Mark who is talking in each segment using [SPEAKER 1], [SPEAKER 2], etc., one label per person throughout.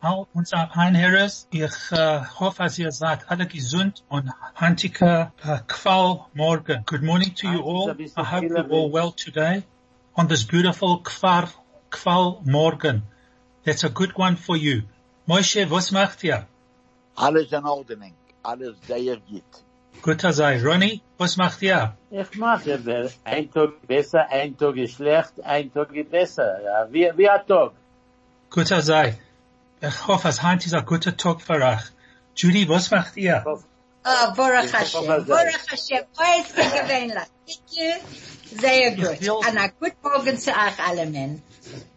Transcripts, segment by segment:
[SPEAKER 1] all unsere Einherres. Ich äh, hoffe, dass ihr seid alle gesund und antiker äh, Qual morgen. Good morning to you all. I hope you're all well today on this beautiful Qual, Qual morgen. That's a good one for you. Moshe, was macht ihr?
[SPEAKER 2] Alles in Ordnung. Alles sehr gut.
[SPEAKER 1] Guter sei. Ronny, was macht ihr?
[SPEAKER 3] Ich mache be- ein Tag besser, ein Tag ist schlecht, ein Tag ist besser. Ja, wie, wie ein Tag.
[SPEAKER 1] Guter sei. Ich hoffe, es heute ist ein guter Tag für euch. Judy, was macht ihr?
[SPEAKER 4] Oh, Baruch
[SPEAKER 3] Ich hoffe,
[SPEAKER 4] Hashem.
[SPEAKER 3] das-
[SPEAKER 4] Baruch Hashem. Alles gewöhnlich. Thank you. Sehr gut.
[SPEAKER 1] will-
[SPEAKER 4] Und ein guten Morgen zu euch allen.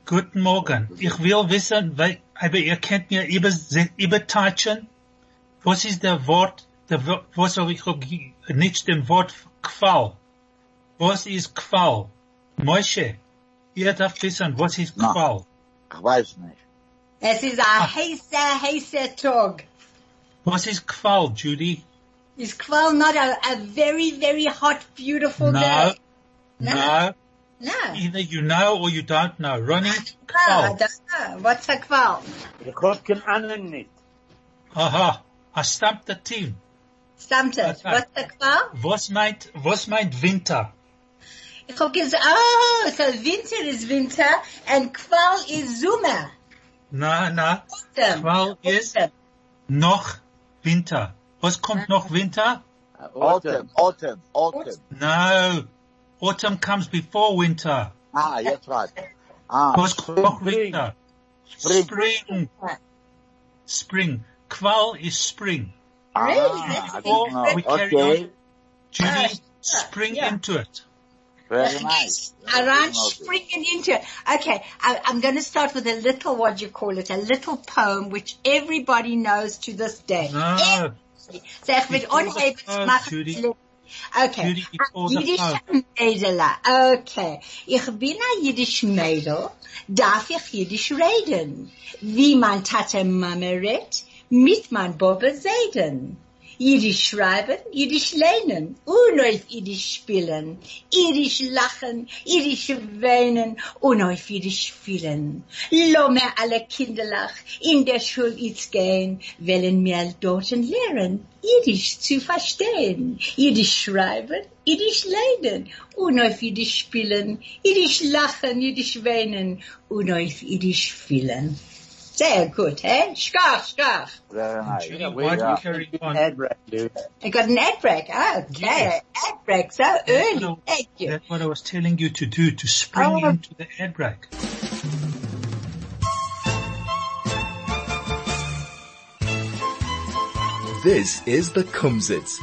[SPEAKER 1] Guten Morgen. Ich will wissen, weil, aber ihr kennt mir über, übertatschen. Was ist der Wort, der, Wo- was habe ich ge- nicht dem Wort Qual? Was ist Qual? Moshe, ihr darf wissen, was ist
[SPEAKER 2] Na.
[SPEAKER 1] Qual?
[SPEAKER 2] Ich weiß nicht.
[SPEAKER 4] Es ist
[SPEAKER 1] Ah.
[SPEAKER 4] ein heißer, heißer Tag.
[SPEAKER 1] Was ist Qual, Judy?
[SPEAKER 4] Is Qual not a, a very, very hot, beautiful
[SPEAKER 1] No,
[SPEAKER 4] day?
[SPEAKER 1] no,
[SPEAKER 4] No.
[SPEAKER 1] either you know or you don't know. Ronnie,
[SPEAKER 4] Ah, I
[SPEAKER 1] Qual.
[SPEAKER 4] don't know. What's a Qual?
[SPEAKER 3] Ich hab keinen anderen nicht.
[SPEAKER 1] Aha, I stumped the team.
[SPEAKER 4] Something.
[SPEAKER 1] That's right.
[SPEAKER 4] What's a Qual?
[SPEAKER 1] Was meint, was meint Winter?
[SPEAKER 4] Ich hab gesagt, oh, so Winter is Winter and Qual is Sommer.
[SPEAKER 1] Na, na,
[SPEAKER 4] Autumn.
[SPEAKER 1] Qual is-
[SPEAKER 4] Autumn.
[SPEAKER 1] noch Winter. Was kommt noch Winter?
[SPEAKER 3] Oh,
[SPEAKER 2] Autumn, Autumn, Autumn.
[SPEAKER 1] No. Autumn comes before winter.
[SPEAKER 2] Ah, jetzt right. Ah,
[SPEAKER 1] Was kommt noch Winter?
[SPEAKER 2] Spring.
[SPEAKER 1] Spring. Spring. Qual is spring.
[SPEAKER 2] ah, I didn't know.
[SPEAKER 1] We carry
[SPEAKER 2] Okay,
[SPEAKER 1] on. Judy,
[SPEAKER 4] Ah,
[SPEAKER 1] spring
[SPEAKER 4] yeah.
[SPEAKER 1] into it.
[SPEAKER 2] very nice.
[SPEAKER 4] Around springing into it. Okay, I, I'm going to start with a little, what do you call it, a little poem which everybody knows to this day.
[SPEAKER 2] Ah,
[SPEAKER 1] No.
[SPEAKER 4] Sag mit
[SPEAKER 1] Before the poem, Judy.
[SPEAKER 4] machen. Okay.
[SPEAKER 1] Judy, before
[SPEAKER 4] Ein
[SPEAKER 1] the
[SPEAKER 4] jüdischer Mädel. Okay. Ich bin ein jüdisch Mädel. Darf ich jüdisch reden? Wie mein Tate Mama redt, mit mein Bobbe Seiden. Jüdisch schreiben, jüdisch lernen, und auf jüdisch spielen, jüdisch lachen, jüdisch weinen, und auf jüdisch spielen. Lass mir alle Kinderlach in der Schule jetzt gehen, wollen mir dort lernen, jüdisch zu verstehen, jüdisch schreiben, jüdisch leiden, und auf jüdisch spielen, jüdisch lachen, jüdisch weinen, und auf jüdisch spielen. Sehr gut, hä? Schach, schach.
[SPEAKER 2] Very nice.
[SPEAKER 1] Judy, why do you carry on?
[SPEAKER 3] Edward, du.
[SPEAKER 4] I got an ad break. Oh, okay.
[SPEAKER 1] Yes.
[SPEAKER 4] Ad break. So early.
[SPEAKER 1] No.
[SPEAKER 4] Thank you.
[SPEAKER 1] That's what I was telling you to do, to spring
[SPEAKER 4] Oh.
[SPEAKER 1] into the ad break.
[SPEAKER 5] This is the Kumsitz.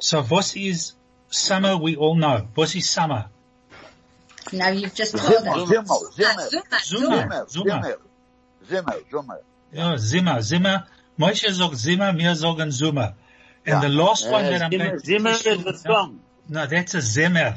[SPEAKER 1] So what is summer? We all know. What is summer?
[SPEAKER 4] Now you've just told
[SPEAKER 2] Zimmer,
[SPEAKER 4] us.
[SPEAKER 2] Zimmer,
[SPEAKER 4] Ah,
[SPEAKER 2] Zimmer,
[SPEAKER 4] Zuma,
[SPEAKER 1] Zuma.
[SPEAKER 4] Zuma.
[SPEAKER 2] Zimmer,
[SPEAKER 1] Zimmer.
[SPEAKER 2] Zimmer, Zimmer, Zimmer.
[SPEAKER 1] Ja, Zimmer, Zimmer. Moshe sagt Zimmer, wir sagen Zimmer. And
[SPEAKER 2] Ja.
[SPEAKER 1] the last one that I'm
[SPEAKER 3] Äh, Zimmer,
[SPEAKER 1] going to
[SPEAKER 3] Zimmer
[SPEAKER 1] teach you
[SPEAKER 3] is the
[SPEAKER 1] now-
[SPEAKER 3] song.
[SPEAKER 1] No, that's a Zemer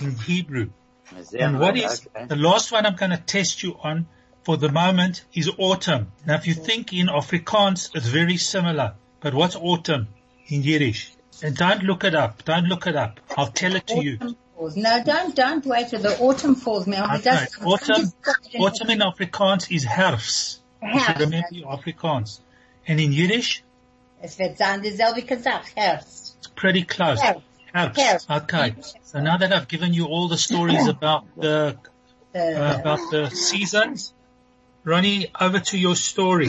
[SPEAKER 1] in Hebrew. and
[SPEAKER 3] Zimmer,
[SPEAKER 1] what is
[SPEAKER 3] okay.
[SPEAKER 1] the last one I'm going to test you on for the moment is autumn. Now, if you think in Afrikaans, it's very similar. But what's autumn in Yiddish? And don't look it up. Don't look it up. I'll tell it to you.
[SPEAKER 4] Autumn falls. No, don't, don't wait till the autumn falls, man. It
[SPEAKER 1] Okay.
[SPEAKER 4] doesn't-
[SPEAKER 1] Autumn,
[SPEAKER 4] Just-
[SPEAKER 1] autumn in Afrikaans is herfs. If you
[SPEAKER 4] Herfst.
[SPEAKER 1] remember your Afrikaans. And in Yiddish,
[SPEAKER 4] Es wird sein, dieselbe gesagt. Herbst.
[SPEAKER 1] It's pretty close.
[SPEAKER 4] Yes.
[SPEAKER 1] Helps.
[SPEAKER 4] Yes.
[SPEAKER 1] Okay. So now that I've given you all the stories about the
[SPEAKER 4] Äh,
[SPEAKER 1] uh, about the seasons, Ronnie, over to your story.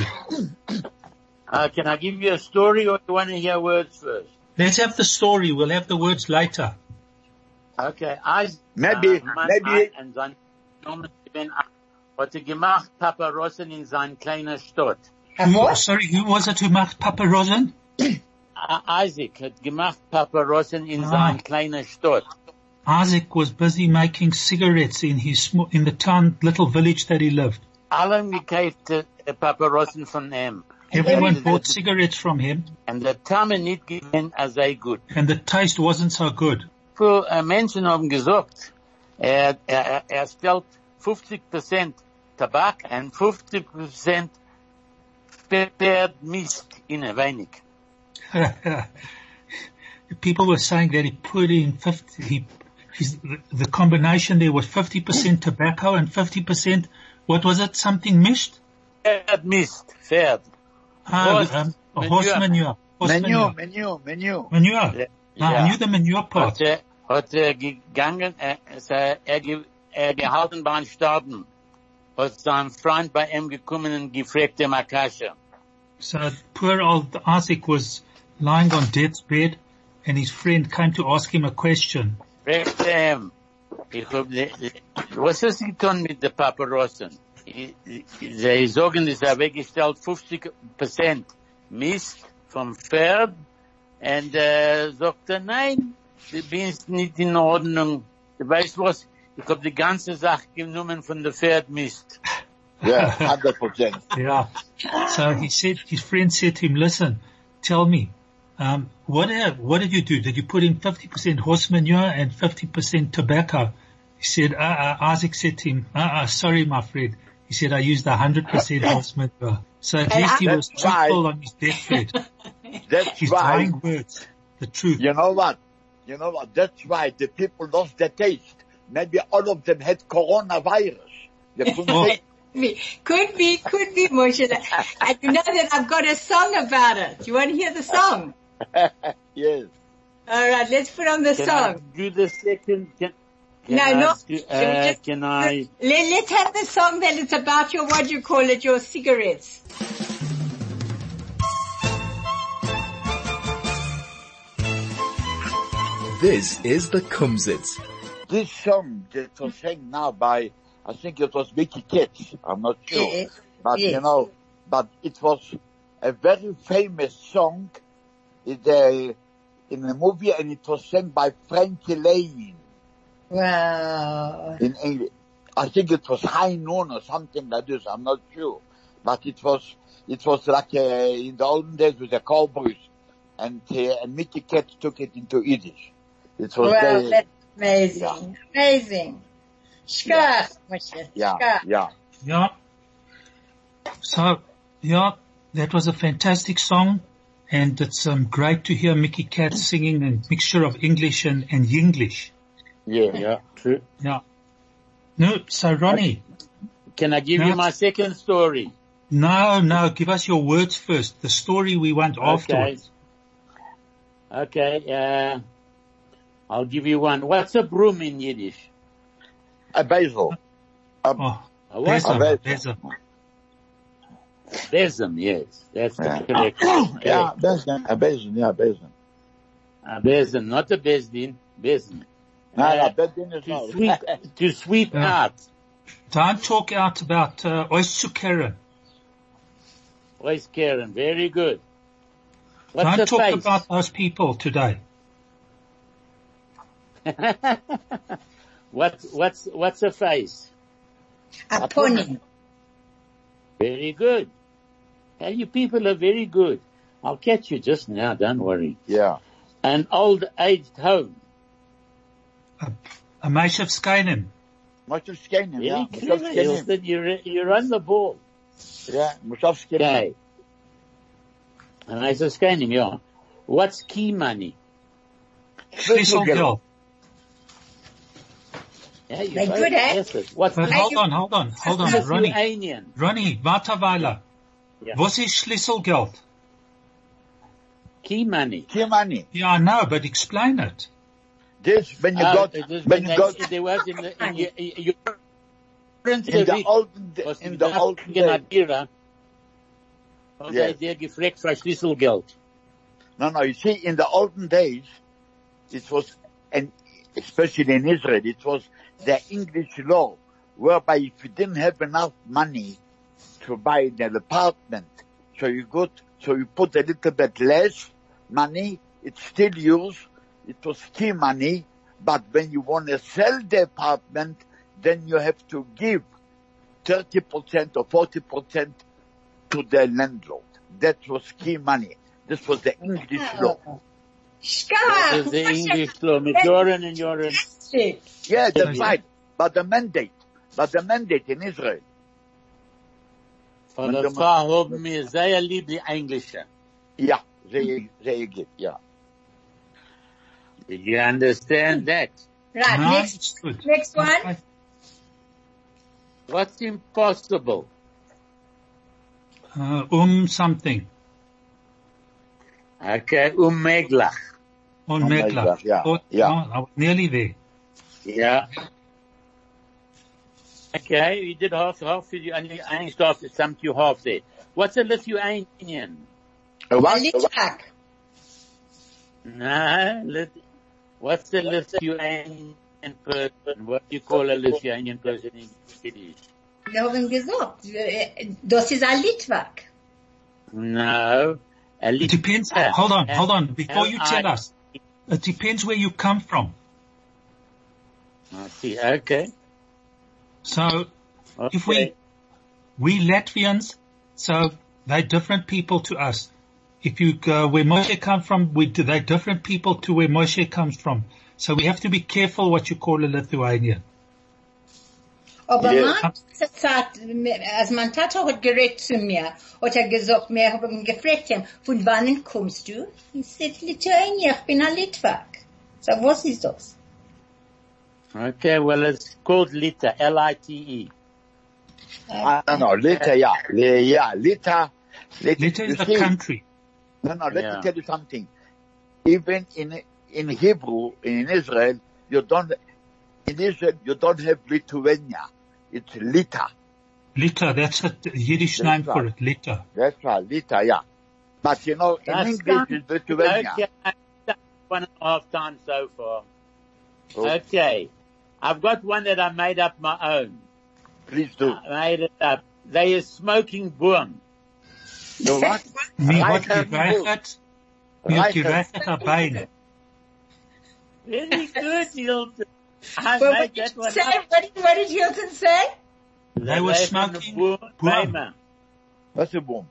[SPEAKER 3] Uh, can I give you a story or you want to hear words first?
[SPEAKER 1] Let's have the story. We'll have the words later.
[SPEAKER 3] Okay, I, uh,
[SPEAKER 2] Maybe,
[SPEAKER 3] mein
[SPEAKER 2] maybe.
[SPEAKER 3] Mann und sein Name bin hat er gemacht, Papa Rossen in sein kleiner Stadt.
[SPEAKER 1] Who,
[SPEAKER 4] was?
[SPEAKER 1] sorry, who was it who macht Papa Rosen?
[SPEAKER 3] I- Isaac hat gemacht, Papa Rossen in
[SPEAKER 1] Ah.
[SPEAKER 3] sein kleiner Stadt.
[SPEAKER 1] Isaac was busy making cigarettes in his sm- in the town little village that he lived.
[SPEAKER 3] Allen gekauft äh, Paparossen von ihm.
[SPEAKER 1] Everyone
[SPEAKER 3] Yeah.
[SPEAKER 1] bought cigarettes from him,
[SPEAKER 3] and der Tame nicht gewesen als sei gut.
[SPEAKER 1] and the taste wasn't so good.
[SPEAKER 3] Für äh, Menschen haben gesagt, er, er, er- er stellt 50% Tabak und 50% prepared Mist in ein wenig.
[SPEAKER 1] People were saying that he put in 50, he, his, the combination there was 50% tobacco and 50%, what was it, something mixed?
[SPEAKER 3] Prepared Mist, Pferd.
[SPEAKER 1] Ah,
[SPEAKER 3] Horse
[SPEAKER 1] um, a
[SPEAKER 3] manure.
[SPEAKER 1] horse manure. Horse
[SPEAKER 2] Menu, menu, menu.
[SPEAKER 1] Manure.
[SPEAKER 3] Ja.
[SPEAKER 1] Ah, I knew the manure part.
[SPEAKER 3] Hat er, hat er gegangen, er, ist er, er, ge- er gehalten beim Sterben. Hat sein Freund bei ihm gekommen und gefragt ihm Akasha.
[SPEAKER 1] So poor old Isaac was lying on death's bed and his friend came to ask him a question.
[SPEAKER 3] Fragt er ihm, ich hab, die- was hast du getan mit den Paparossen? Ich- ich- Sie sagen, es ist weggestellt 50% Mist vom Pferd und äh, sagt er, nein, du bist nicht in Ordnung. Du weißt was, ich hab die ganze Sache genommen von der Pferd Mist.
[SPEAKER 2] Yeah, 100%.
[SPEAKER 1] Yeah. So he said, his friend said to him, listen, tell me, um, what, have, what did you do? Did you put in 50% horse manure and 50% tobacco? He said, uh, uh, Isaac said to him, uh, uh, sorry, my friend. He said, I used 100% horse manure. So at
[SPEAKER 4] And
[SPEAKER 1] least he
[SPEAKER 2] I-
[SPEAKER 1] was
[SPEAKER 2] That's right.
[SPEAKER 1] truthful on his deathbed.
[SPEAKER 2] That's
[SPEAKER 1] His
[SPEAKER 2] why,
[SPEAKER 1] dying words, the truth.
[SPEAKER 2] you know what? You know what? That's why the people lost their taste. Maybe all of them had coronavirus. They couldn't
[SPEAKER 1] Oh.
[SPEAKER 2] taste.
[SPEAKER 4] Me. Could be, could be, Moshe. I know that I've got a song about it. You want to hear the song?
[SPEAKER 2] Yes.
[SPEAKER 4] All right, let's put on the
[SPEAKER 3] Can
[SPEAKER 4] song.
[SPEAKER 3] I do the second? Can, can
[SPEAKER 4] No,
[SPEAKER 3] I
[SPEAKER 4] no.
[SPEAKER 3] Do,
[SPEAKER 4] Can we
[SPEAKER 3] uh,
[SPEAKER 4] just-
[SPEAKER 3] can I?
[SPEAKER 4] Let, let's have the song that it's about your, what do you call it, your cigarettes.
[SPEAKER 5] This is the Kumsitz.
[SPEAKER 2] This song that was
[SPEAKER 4] Mm.
[SPEAKER 2] sang now by, I think it was Mickey Kitts, I'm not sure.
[SPEAKER 4] Yes,
[SPEAKER 2] But
[SPEAKER 4] yes.
[SPEAKER 2] you know, but it was a very famous song in the, in the movie and it was sang by Frankie Lane
[SPEAKER 4] Wow.
[SPEAKER 2] in English. I think it was High Noon or something like this, I'm not sure. But it was, it was like uh, in the olden days with the cowboys and, uh, and Mickey Katz took it into Yiddish. It was
[SPEAKER 4] Wow,
[SPEAKER 2] very-
[SPEAKER 4] that's amazing.
[SPEAKER 2] Yeah.
[SPEAKER 4] Amazing. Shkach, Moshe.
[SPEAKER 2] yeah,
[SPEAKER 4] shkach.
[SPEAKER 2] yeah.
[SPEAKER 1] Yeah. So, yeah, that was a fantastic song. And it's um, great to hear Mickey Katz singing a mixture of English and, and Yinglish.
[SPEAKER 2] Yeah.
[SPEAKER 3] Yeah, true.
[SPEAKER 1] Yeah. No, so Ronnie,
[SPEAKER 3] Can I give
[SPEAKER 1] No.
[SPEAKER 3] you my second story?
[SPEAKER 1] no, no, give us your words first. The story we want afterwards.
[SPEAKER 3] Okay. Okay. Uh, I'll give you one. What's a broom in Yiddish?
[SPEAKER 2] A basil.
[SPEAKER 1] Oh,
[SPEAKER 3] A What?
[SPEAKER 2] Bezem.
[SPEAKER 1] Bezem, Bezem.
[SPEAKER 3] Bezem, yes. That's the
[SPEAKER 2] Yeah.
[SPEAKER 3] correct.
[SPEAKER 2] Yeah,
[SPEAKER 3] Yeah.
[SPEAKER 2] Besdin. A Besdin, yeah, Besdin.
[SPEAKER 3] A bezem, not a bezdin. Bezem.
[SPEAKER 2] No, no,
[SPEAKER 3] Uh,
[SPEAKER 2] Besdin is
[SPEAKER 4] Oh.
[SPEAKER 3] to
[SPEAKER 2] not.
[SPEAKER 3] sweep, to sweep
[SPEAKER 1] Yeah.
[SPEAKER 3] out.
[SPEAKER 1] Don't talk out about uh, Oisukeren.
[SPEAKER 3] Always Karen. Very good. What's
[SPEAKER 1] Don't
[SPEAKER 3] a
[SPEAKER 1] talk
[SPEAKER 3] face?
[SPEAKER 1] about those people today.
[SPEAKER 3] What's, what's, what's a face?
[SPEAKER 4] Aponim.
[SPEAKER 3] Very good. Hey, you people are very good. I'll catch you just now, don't worry.
[SPEAKER 2] Yeah.
[SPEAKER 3] An old aged home.
[SPEAKER 1] A Mesh of Skanim.
[SPEAKER 2] Must have skinned him, yeah.
[SPEAKER 3] Very
[SPEAKER 2] Must
[SPEAKER 3] clever,
[SPEAKER 2] have skinned him.
[SPEAKER 3] Hilton. You're, you're on the ball.
[SPEAKER 2] Yeah, must have skinned him.
[SPEAKER 3] Okay. And I just scan him, yeah. What's key money?
[SPEAKER 1] Schlüsselgeld.
[SPEAKER 3] Yeah, you
[SPEAKER 4] They're
[SPEAKER 3] both
[SPEAKER 4] good, eh?
[SPEAKER 3] guessed it. What's
[SPEAKER 1] But
[SPEAKER 4] Are
[SPEAKER 1] hold
[SPEAKER 4] you-
[SPEAKER 1] on, hold on, hold on,
[SPEAKER 3] what's
[SPEAKER 1] Ronnie.
[SPEAKER 3] Lithuanian?
[SPEAKER 1] Ronnie, warte Weiler.
[SPEAKER 3] Yeah.
[SPEAKER 1] Was ist Schlüsselgeld?
[SPEAKER 3] Key money.
[SPEAKER 2] Kimani,
[SPEAKER 1] Yeah, I know, but explain it.
[SPEAKER 2] this, when you
[SPEAKER 3] Ah,
[SPEAKER 2] got,
[SPEAKER 3] it was
[SPEAKER 2] when you
[SPEAKER 3] they-
[SPEAKER 2] got,
[SPEAKER 3] They was in the, in, your- in, your-
[SPEAKER 2] in the olden, da-
[SPEAKER 3] was
[SPEAKER 2] in
[SPEAKER 3] mit
[SPEAKER 2] the olden
[SPEAKER 3] Afrika
[SPEAKER 2] days.
[SPEAKER 3] Nadira, und
[SPEAKER 2] Yes.
[SPEAKER 3] er hat dir gefragt für Schlüsselgeld.
[SPEAKER 2] No, no, you see, in the olden days, it was, and especially in Israel, it was the English law, whereby if you didn't have enough money to buy an apartment, so you got, so you put a little bit less money, it's still used, it was key money, but when you want to sell the apartment, then you have to give 30% or 40% to the landlord. That was key money. This was the English law.
[SPEAKER 4] Shkar.
[SPEAKER 3] This is the English law. Majoran and Yoran.
[SPEAKER 4] Fantastic.
[SPEAKER 2] Yeah,
[SPEAKER 1] Okay.
[SPEAKER 2] that's right. But the mandate, but the mandate in Israel.
[SPEAKER 3] Von der Frau haben wir sehr lieb die Englische.
[SPEAKER 2] Yeah, they, they give, yeah.
[SPEAKER 3] Did you understand that?
[SPEAKER 4] Right,
[SPEAKER 1] No,
[SPEAKER 4] next,
[SPEAKER 1] it's good.
[SPEAKER 4] next one.
[SPEAKER 1] Okay.
[SPEAKER 3] What's impossible?
[SPEAKER 1] Uh, um something.
[SPEAKER 3] Okay, unmöglich.
[SPEAKER 1] On
[SPEAKER 2] Oh my
[SPEAKER 1] Mekla.
[SPEAKER 2] God, yeah,
[SPEAKER 1] Oh,
[SPEAKER 2] yeah.
[SPEAKER 1] no, I was nearly there.
[SPEAKER 3] Ja. Okay, you did half, half Lithuanian stuff, some to half there. What's a Lithuanian?
[SPEAKER 2] Uh, what?
[SPEAKER 4] Litvak.
[SPEAKER 3] Nah, Lit, what's a Lithuanian person? What do you call a Lithuanian person in Swedish?
[SPEAKER 4] Wir haben gesagt, äh, das ist ein Litvak.
[SPEAKER 3] No. E A
[SPEAKER 1] It depends. Hold on, hold on. Before you tell us, it depends where you come from.
[SPEAKER 3] I see, E. okay.
[SPEAKER 1] So
[SPEAKER 3] okay.
[SPEAKER 1] If we- we Latvians, so they're different people to us. If you go where Moshe come from, we do, they're different people to where Moshe comes from. So we have to be careful what you call a Lithuanian.
[SPEAKER 4] Aber
[SPEAKER 2] Ja.
[SPEAKER 4] man, zur Zeit, mir- als mein Tata hat gerät zu mir, hat er gesagt, mir hab ihn gefragt, ihm, von wann kommst du? Ich sag, Lithuania, ich bin ein Litvak. Sag, was ist das?
[SPEAKER 3] Okay, well, it's called Lita, L-I-T-E.
[SPEAKER 2] I don't know, later, yeah, Le- yeah, later, later,
[SPEAKER 1] Litter is
[SPEAKER 2] you
[SPEAKER 1] the
[SPEAKER 2] see,
[SPEAKER 1] country.
[SPEAKER 2] No, no, let
[SPEAKER 3] Yeah.
[SPEAKER 2] me tell you something. Even in, in Hebrew, in Israel, you don't, in Israel, you don't have Lithuania. It's Lita.
[SPEAKER 1] Litter, that's a Yiddish name for it, Litter.
[SPEAKER 2] That's right, Lita, yeah. But you know, in
[SPEAKER 3] That's
[SPEAKER 2] English,
[SPEAKER 3] done.
[SPEAKER 2] it's Lithuania.
[SPEAKER 3] Okay, I've done one and a half times so far.
[SPEAKER 2] Oh.
[SPEAKER 3] Okay. I've got one that I made up my own.
[SPEAKER 2] Please do.
[SPEAKER 3] I made it up. They are smoking boom.
[SPEAKER 2] You what?
[SPEAKER 1] Mi hat
[SPEAKER 2] Right hand
[SPEAKER 1] gereichet, mi hat
[SPEAKER 2] Right
[SPEAKER 1] gereichet a Beine.
[SPEAKER 3] Very good, Hilton. I
[SPEAKER 4] Well, what
[SPEAKER 3] made
[SPEAKER 4] did
[SPEAKER 3] that
[SPEAKER 4] you
[SPEAKER 3] one
[SPEAKER 4] say?
[SPEAKER 3] up.
[SPEAKER 4] What did, what did Hilton say?
[SPEAKER 1] They were smoking
[SPEAKER 3] boom.
[SPEAKER 1] boom.
[SPEAKER 2] That's a boom.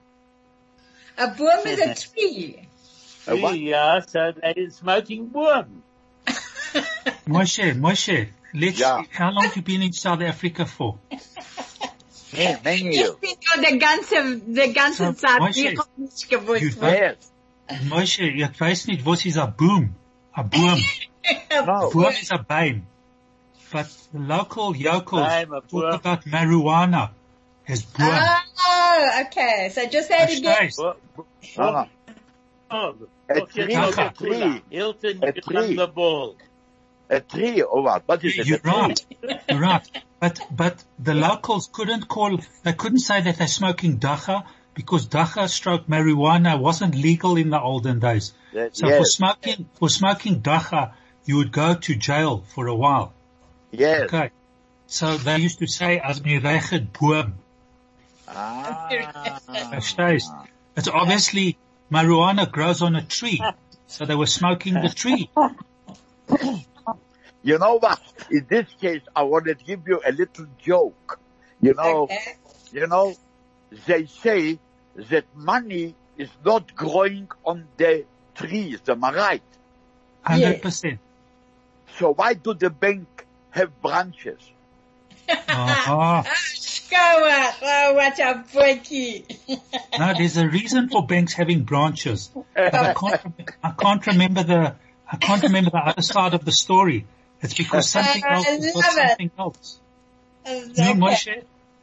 [SPEAKER 4] A boom is a tree.
[SPEAKER 2] A what?
[SPEAKER 3] Yeah, so they are smoking boom.
[SPEAKER 1] Moshe, Moshe, let's,
[SPEAKER 2] Yeah.
[SPEAKER 1] how long you been in South Africa for?
[SPEAKER 2] Yeah, many
[SPEAKER 4] Ich
[SPEAKER 2] you.
[SPEAKER 4] bin ja die ganze, die ganze
[SPEAKER 1] So,
[SPEAKER 4] Zeit,
[SPEAKER 1] Moshe,
[SPEAKER 4] ich hab nicht gewusst.
[SPEAKER 1] you-
[SPEAKER 4] was-
[SPEAKER 2] Yes.
[SPEAKER 1] Moshe, ich weiß nicht, was ist a Boom? A Boom.
[SPEAKER 2] No.
[SPEAKER 1] Boom is a bane. But the local yokels
[SPEAKER 3] Bane, a boom.
[SPEAKER 1] talk about marijuana as boom.
[SPEAKER 4] Oh, okay. So just say it again.
[SPEAKER 1] Verstehst?
[SPEAKER 3] Boom.
[SPEAKER 2] No, no.
[SPEAKER 3] Boom.
[SPEAKER 2] A
[SPEAKER 3] Okay,
[SPEAKER 2] tree,
[SPEAKER 3] Coca-Cola.
[SPEAKER 1] a
[SPEAKER 2] tree.
[SPEAKER 3] Hilton,
[SPEAKER 2] A
[SPEAKER 3] you run
[SPEAKER 2] tree.
[SPEAKER 3] the ball.
[SPEAKER 2] A tree or what? What is it?
[SPEAKER 1] You're right. You're right. But, but the locals couldn't call, they couldn't say that they're smoking dacha because dacha stroke marijuana wasn't legal in the olden days.
[SPEAKER 2] That-
[SPEAKER 1] So for
[SPEAKER 2] yes,
[SPEAKER 1] smoking, for smoking dacha, you would go to jail for a while.
[SPEAKER 2] yes.
[SPEAKER 1] Okay. So they used to say, as mi reichet boom.
[SPEAKER 2] Ah.
[SPEAKER 1] Verstehst? It's obviously marijuana grows on a tree. So they were smoking the tree.
[SPEAKER 2] You know what? In this case, I want to give you a little joke. You
[SPEAKER 1] Oh.
[SPEAKER 2] know,
[SPEAKER 4] Okay.
[SPEAKER 2] you know, they say that money is not growing on the trees. Am I right?
[SPEAKER 1] 100%.
[SPEAKER 2] So why do the bank have branches?
[SPEAKER 1] Aha.
[SPEAKER 4] Shkawa. Ah, Oh, what a bookie.
[SPEAKER 1] No, there's a reason for banks having branches. But I can't, rem- I can't remember the, I can't remember the other side of the story. It's because something
[SPEAKER 4] I
[SPEAKER 1] else has got
[SPEAKER 4] love it.
[SPEAKER 1] something else. No,
[SPEAKER 4] Okay.
[SPEAKER 1] Moshe.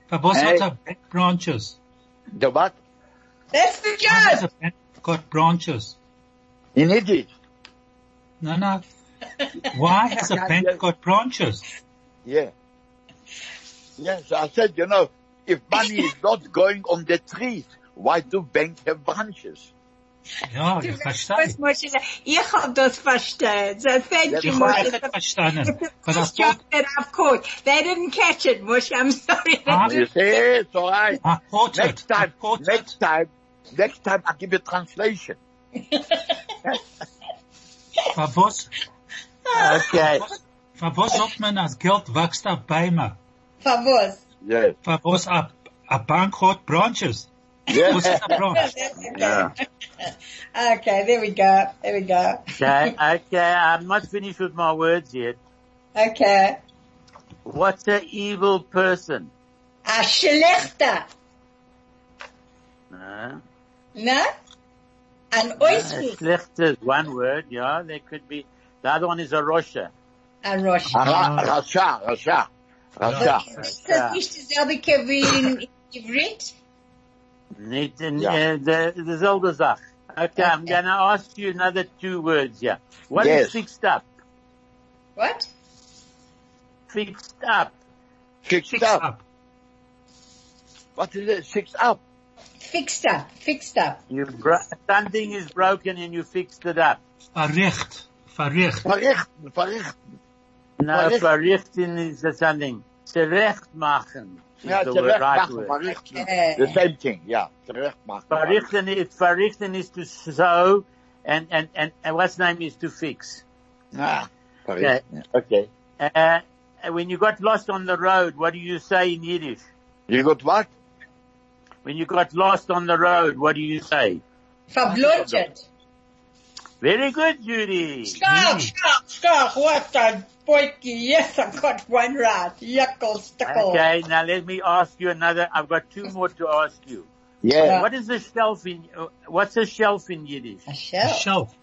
[SPEAKER 1] But what's
[SPEAKER 2] Hey.
[SPEAKER 1] out of bank branches?
[SPEAKER 2] The what?
[SPEAKER 4] That's the
[SPEAKER 1] How
[SPEAKER 4] job.
[SPEAKER 1] does a bank got branches?
[SPEAKER 2] In Yiddish.
[SPEAKER 1] No, no. Why has a bank got branches?
[SPEAKER 2] Yeah. Yes, I said, you know, if money is not going on the trees, why do banks have branches?
[SPEAKER 1] Ja, ich verstehe.
[SPEAKER 4] Was Moshe sagt, ich hab das verstanden. So Uh, thank you,
[SPEAKER 1] Ich
[SPEAKER 4] Moshe.
[SPEAKER 1] weiß es verstanden. But I
[SPEAKER 4] Good
[SPEAKER 1] thought
[SPEAKER 4] job that I've caught. They didn't catch it, Moshe. I'm sorry.
[SPEAKER 1] Ah.
[SPEAKER 2] You say, "Eh, it's all right.
[SPEAKER 1] I caught it.
[SPEAKER 2] Next
[SPEAKER 1] I
[SPEAKER 2] time,
[SPEAKER 1] caught
[SPEAKER 2] next
[SPEAKER 1] it.
[SPEAKER 2] time, next time I give you translation.
[SPEAKER 1] My boss,
[SPEAKER 3] Okay.
[SPEAKER 1] my boss sagt man, das Geld wächst auf Bäume.
[SPEAKER 4] For was?
[SPEAKER 2] Yes.
[SPEAKER 1] My boss, a, a bank hat branches. Was ist der Brot?
[SPEAKER 3] Yeah.
[SPEAKER 4] Okay, there we go. There we go.
[SPEAKER 3] Okay, okay, I'm not finished with my words yet.
[SPEAKER 4] Okay.
[SPEAKER 3] What's an evil person?
[SPEAKER 4] A schlechter.
[SPEAKER 3] Uh,
[SPEAKER 4] No? An
[SPEAKER 3] a
[SPEAKER 4] oyster.
[SPEAKER 3] schlecht is one word, yeah, there could be, the other one is a rosha.
[SPEAKER 4] A Rosh.
[SPEAKER 2] Ra- Rasha, Rasha, Rasha.
[SPEAKER 4] Ist das
[SPEAKER 3] uh,
[SPEAKER 4] nicht dieselbe Ke- wie in Ivrit?
[SPEAKER 3] Niet in-
[SPEAKER 2] Yeah.
[SPEAKER 3] eh, de- Dezelfde zaak. Okay, I'm
[SPEAKER 4] Okay.
[SPEAKER 3] gonna ask you another two words here. What
[SPEAKER 2] Yes.
[SPEAKER 3] is fixed up?
[SPEAKER 4] What?
[SPEAKER 3] Fixed up.
[SPEAKER 2] Six
[SPEAKER 1] Fix
[SPEAKER 2] up.
[SPEAKER 1] up.
[SPEAKER 2] What is it? Six up.
[SPEAKER 4] Fixed up. Fixed up.
[SPEAKER 3] You bro- something is broken and you fixed it up.
[SPEAKER 1] Verricht. Verricht.
[SPEAKER 2] Verrichten, verrichten.
[SPEAKER 3] No,
[SPEAKER 2] Verricht-
[SPEAKER 3] verrichten is the something. Terecht machen is
[SPEAKER 2] Yeah,
[SPEAKER 3] the
[SPEAKER 2] terecht
[SPEAKER 3] right
[SPEAKER 2] machen,
[SPEAKER 3] word.
[SPEAKER 2] verrichten.
[SPEAKER 4] Okay.
[SPEAKER 2] The same thing, yeah. Terecht machen.
[SPEAKER 3] Verrichten is, verrichten is to sow and, and, and, and what's name is to fix.
[SPEAKER 2] Ah, verrichten. Okay.
[SPEAKER 3] Uh, when you got lost on the road, what do you say in Yiddish?
[SPEAKER 2] You got what?
[SPEAKER 3] When you got lost on the road, what do you say?
[SPEAKER 4] Verblondet.
[SPEAKER 3] Very good, Judy.
[SPEAKER 4] Stop, stop, stop. What a boyki. Yes, I got one right. Yuckle, stuckle.
[SPEAKER 3] Okay, now let me ask you another. I've got two more to ask you.
[SPEAKER 2] Yeah.
[SPEAKER 3] What is a shelf in? uh, What's a shelf in Yiddish?
[SPEAKER 4] A shelf.
[SPEAKER 1] Shelf.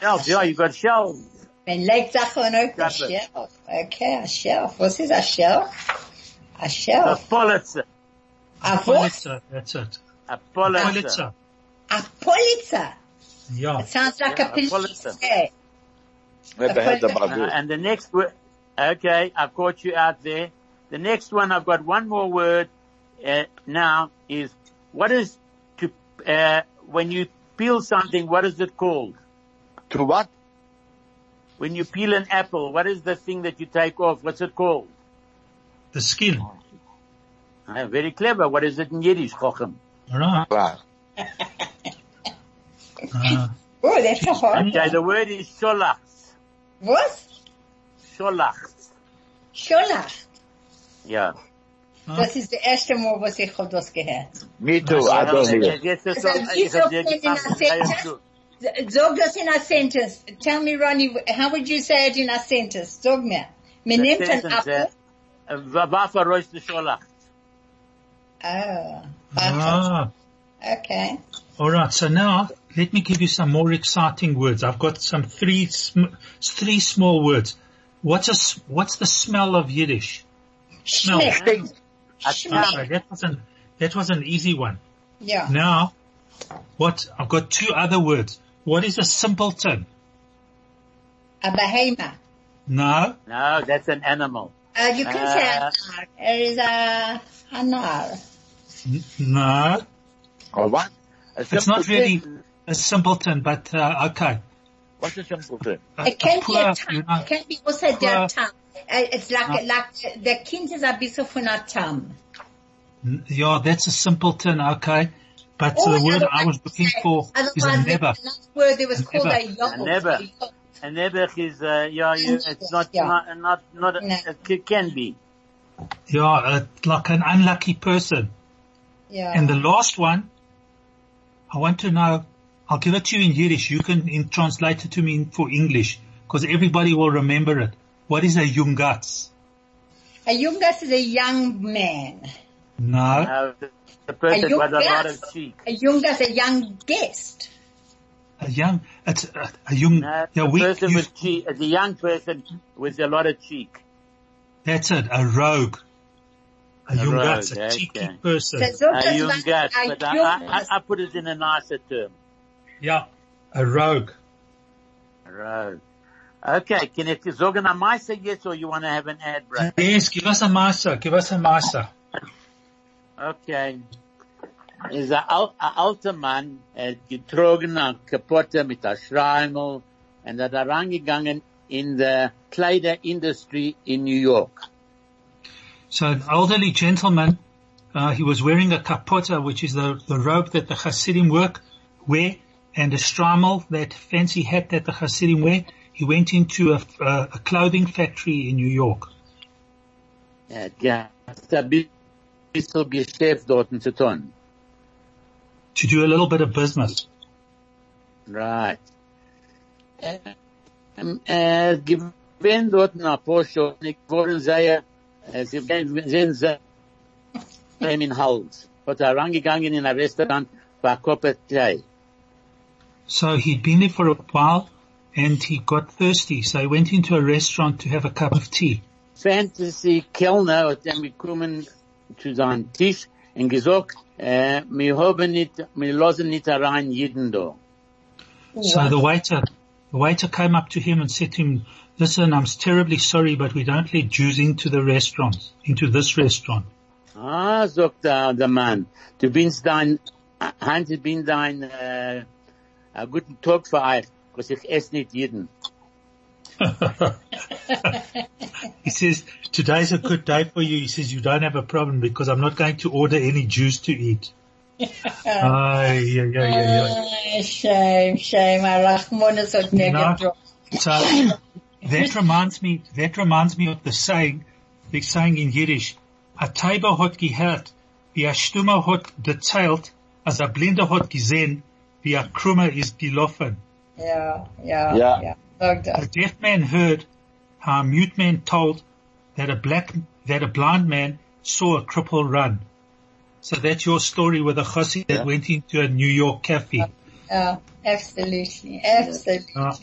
[SPEAKER 3] Shelf. Yeah, you got shelf.
[SPEAKER 4] Man legt Sachen und auch a
[SPEAKER 3] Klappe.
[SPEAKER 4] shelf. Okay, a shelf. Was ist a shelf? A
[SPEAKER 3] A
[SPEAKER 4] shelf.
[SPEAKER 3] politzer.
[SPEAKER 4] A was?
[SPEAKER 1] Pulitzer. That's it.
[SPEAKER 3] A politzer.
[SPEAKER 1] Pulitzer.
[SPEAKER 4] A Pulitzer.
[SPEAKER 1] Ja.
[SPEAKER 4] It sounds like
[SPEAKER 3] Yeah,
[SPEAKER 4] a
[SPEAKER 3] a
[SPEAKER 4] Pulitzer.
[SPEAKER 3] Pulitzer.
[SPEAKER 4] Yeah.
[SPEAKER 2] Maybe I had the
[SPEAKER 3] Uh,
[SPEAKER 2] Brazil.
[SPEAKER 3] and the next word. Okay, I've caught you out there. The next one, I've got one more word uh, now. Is what is to uh, when you peel something? What is it called?
[SPEAKER 2] To what?
[SPEAKER 3] When you peel an apple, what is the thing that you take off? What's it called?
[SPEAKER 1] The skin.
[SPEAKER 3] Uh, very clever. What is it in Yiddish, Chochem?
[SPEAKER 1] Right.
[SPEAKER 2] Right.
[SPEAKER 1] Uh,
[SPEAKER 4] Oh, that's a hard
[SPEAKER 3] Okay,
[SPEAKER 4] one.
[SPEAKER 3] the word is sholach.
[SPEAKER 4] Was?
[SPEAKER 3] Scholach.
[SPEAKER 4] Scholach.
[SPEAKER 3] Yeah.
[SPEAKER 4] Das ist der erste Mal, was ich hab das gehört.
[SPEAKER 2] Me too. I don't hear.
[SPEAKER 3] Yes, yes, yes,
[SPEAKER 4] So
[SPEAKER 3] yes, yes,
[SPEAKER 4] these are
[SPEAKER 3] yes,
[SPEAKER 4] played in a
[SPEAKER 3] yes, yes,
[SPEAKER 4] sentence. Sag das in a sentence. Tell me, Ronnie, how would you say it in a sentence? Sag mir. Man
[SPEAKER 3] yes,
[SPEAKER 4] nimmt
[SPEAKER 3] yes,
[SPEAKER 4] einen
[SPEAKER 3] yes,
[SPEAKER 4] Apfel.
[SPEAKER 3] yes. Uh, Wafa rois de Scholach.
[SPEAKER 4] Oh, Apfel.
[SPEAKER 1] ah.
[SPEAKER 4] Okay.
[SPEAKER 1] All right. So now let me give you some more exciting words. I've got some three sm- three small words. What's a s- what's the smell of Yiddish? Smell.
[SPEAKER 4] Schmeckt.
[SPEAKER 2] Things.
[SPEAKER 1] Okay,
[SPEAKER 4] Schmeckt.
[SPEAKER 1] that was an that was an easy one.
[SPEAKER 4] Ja.
[SPEAKER 1] Now, what I've got two other words. What is a simpleton?
[SPEAKER 4] Aber Heimat.
[SPEAKER 1] No,
[SPEAKER 3] No, that's an animal.
[SPEAKER 4] Uh, you can say
[SPEAKER 3] Uh,
[SPEAKER 4] anar. There is a anar.
[SPEAKER 1] n- no.
[SPEAKER 2] Or what? A
[SPEAKER 1] It's
[SPEAKER 2] simple
[SPEAKER 1] not really
[SPEAKER 2] thing.
[SPEAKER 1] a simpleton, but uh, okay.
[SPEAKER 2] What's a simple thing?
[SPEAKER 1] A-
[SPEAKER 4] It can
[SPEAKER 1] a
[SPEAKER 4] be a
[SPEAKER 1] poor,
[SPEAKER 4] tum.
[SPEAKER 1] you know,
[SPEAKER 4] It can be also der
[SPEAKER 1] poor-
[SPEAKER 4] tum. Uh, it's like,
[SPEAKER 1] Ah.
[SPEAKER 4] like, the kind is a bit of a tum.
[SPEAKER 1] n- yeah, that's a simpleton, okay. But the word I was looking for is a
[SPEAKER 4] Otherwise, there's
[SPEAKER 1] never.
[SPEAKER 4] another word that was
[SPEAKER 1] A
[SPEAKER 4] called a
[SPEAKER 1] nebber.
[SPEAKER 4] yod.
[SPEAKER 3] A nebber. An Nebuch is, uh, yeah, you, it's not,
[SPEAKER 4] Yeah.
[SPEAKER 3] not, not, not, uh,
[SPEAKER 4] No.
[SPEAKER 3] it c- can be.
[SPEAKER 1] Yeah, uh, like an unlucky person.
[SPEAKER 4] Yeah.
[SPEAKER 1] And the last one, I want to know, I'll give it to you in Yiddish. You can in, translate it to me in, for English because everybody will remember it. What is a Jungatz?
[SPEAKER 4] a jungas is a young man.
[SPEAKER 1] No,
[SPEAKER 3] Uh, the- the person
[SPEAKER 4] you
[SPEAKER 3] with a lot
[SPEAKER 4] guess?
[SPEAKER 3] of cheek.
[SPEAKER 4] A jungas is a young guest.
[SPEAKER 1] a young, it's a, a young,
[SPEAKER 3] No,
[SPEAKER 1] yeah,
[SPEAKER 3] Uh, the
[SPEAKER 1] we
[SPEAKER 3] person
[SPEAKER 1] use,
[SPEAKER 3] with cheek, the young person with a lot of cheek.
[SPEAKER 1] that's it, a rogue. A,
[SPEAKER 3] A
[SPEAKER 1] Jungatz, a
[SPEAKER 3] rogue,
[SPEAKER 1] cheeky
[SPEAKER 3] okay.
[SPEAKER 1] person.
[SPEAKER 4] So, so
[SPEAKER 3] A
[SPEAKER 4] that's
[SPEAKER 3] young
[SPEAKER 4] like
[SPEAKER 3] guy,
[SPEAKER 4] a
[SPEAKER 3] Uh, but I, I,
[SPEAKER 4] jungas.
[SPEAKER 3] I put it in a nicer term.
[SPEAKER 1] Yeah, a rogue.
[SPEAKER 3] Right. Okay, can it is organize my say yes or you want to have an ad break?
[SPEAKER 1] Yes, give us a masa, give us a masa.
[SPEAKER 3] Okay. Is ein al a alter Mann, er hat getragen an Kapotte mit der Schreimel und er hat reingegangen in the Kleider Industry in New York.
[SPEAKER 1] So an elderly gentleman, uh, he was wearing a kapota, which is the, the robe that the Hasidim work, wear, and a strammel, that fancy hat that the Hasidim wear. He went into a, a, a clothing factory in New York.
[SPEAKER 3] Er hat gehabt ein bi- bisschen Geschäft dort zu tun.
[SPEAKER 1] to do a little bit of business.
[SPEAKER 3] Right. Ähm, äh, gewinn dort ein Apostel, nicht geworden sei er, äh, sie gewinn- sind sie ihm in Hals. Hat er rangegangen in ein Restaurant, war Koppet Chai.
[SPEAKER 1] So he'd been there for a while and he got thirsty. So he went into a restaurant to have a cup of tea.
[SPEAKER 3] Fantasy Kellner hat dann gekommen zu seinem Tisch und gesagt, äh, wir haben nicht, wir lassen nicht rein jeden da.
[SPEAKER 1] So the waiter, the waiter came up to him and said to him, listen, I'm terribly sorry, but we don't let Jews into the restaurant, into this restaurant.
[SPEAKER 3] Ah, sagt der, der Mann, du bist dein, Hans, ich bin dein, äh, ein guten Tag für euch, was ich esse nicht jeden.
[SPEAKER 1] He says, today's a good day for you. He says, you don't have a problem because I'm not going to order any Jews to eat. Ay, yeah, yeah, yeah, yeah.
[SPEAKER 4] Ah, shame, shame. Our Rachmanis hat mir
[SPEAKER 1] No.
[SPEAKER 4] gedroht.
[SPEAKER 1] So that reminds me, that reminds me of the saying, the saying in Yiddish, a Taiba hot gehört, wie a Stummer hot geteilt, as a Blinder hot gesehen, wie a Krummer is gelaufen.
[SPEAKER 4] Ja, ja,
[SPEAKER 2] Ja.
[SPEAKER 4] ja. Sag
[SPEAKER 1] A
[SPEAKER 4] das.
[SPEAKER 1] deaf man heard how a mute man told that a black, that a blind man saw a cripple run. So that's your story with a chassid that
[SPEAKER 2] Yeah.
[SPEAKER 1] went into a New York cafe.
[SPEAKER 4] Ja, absolutely, absolutely.
[SPEAKER 1] Ja.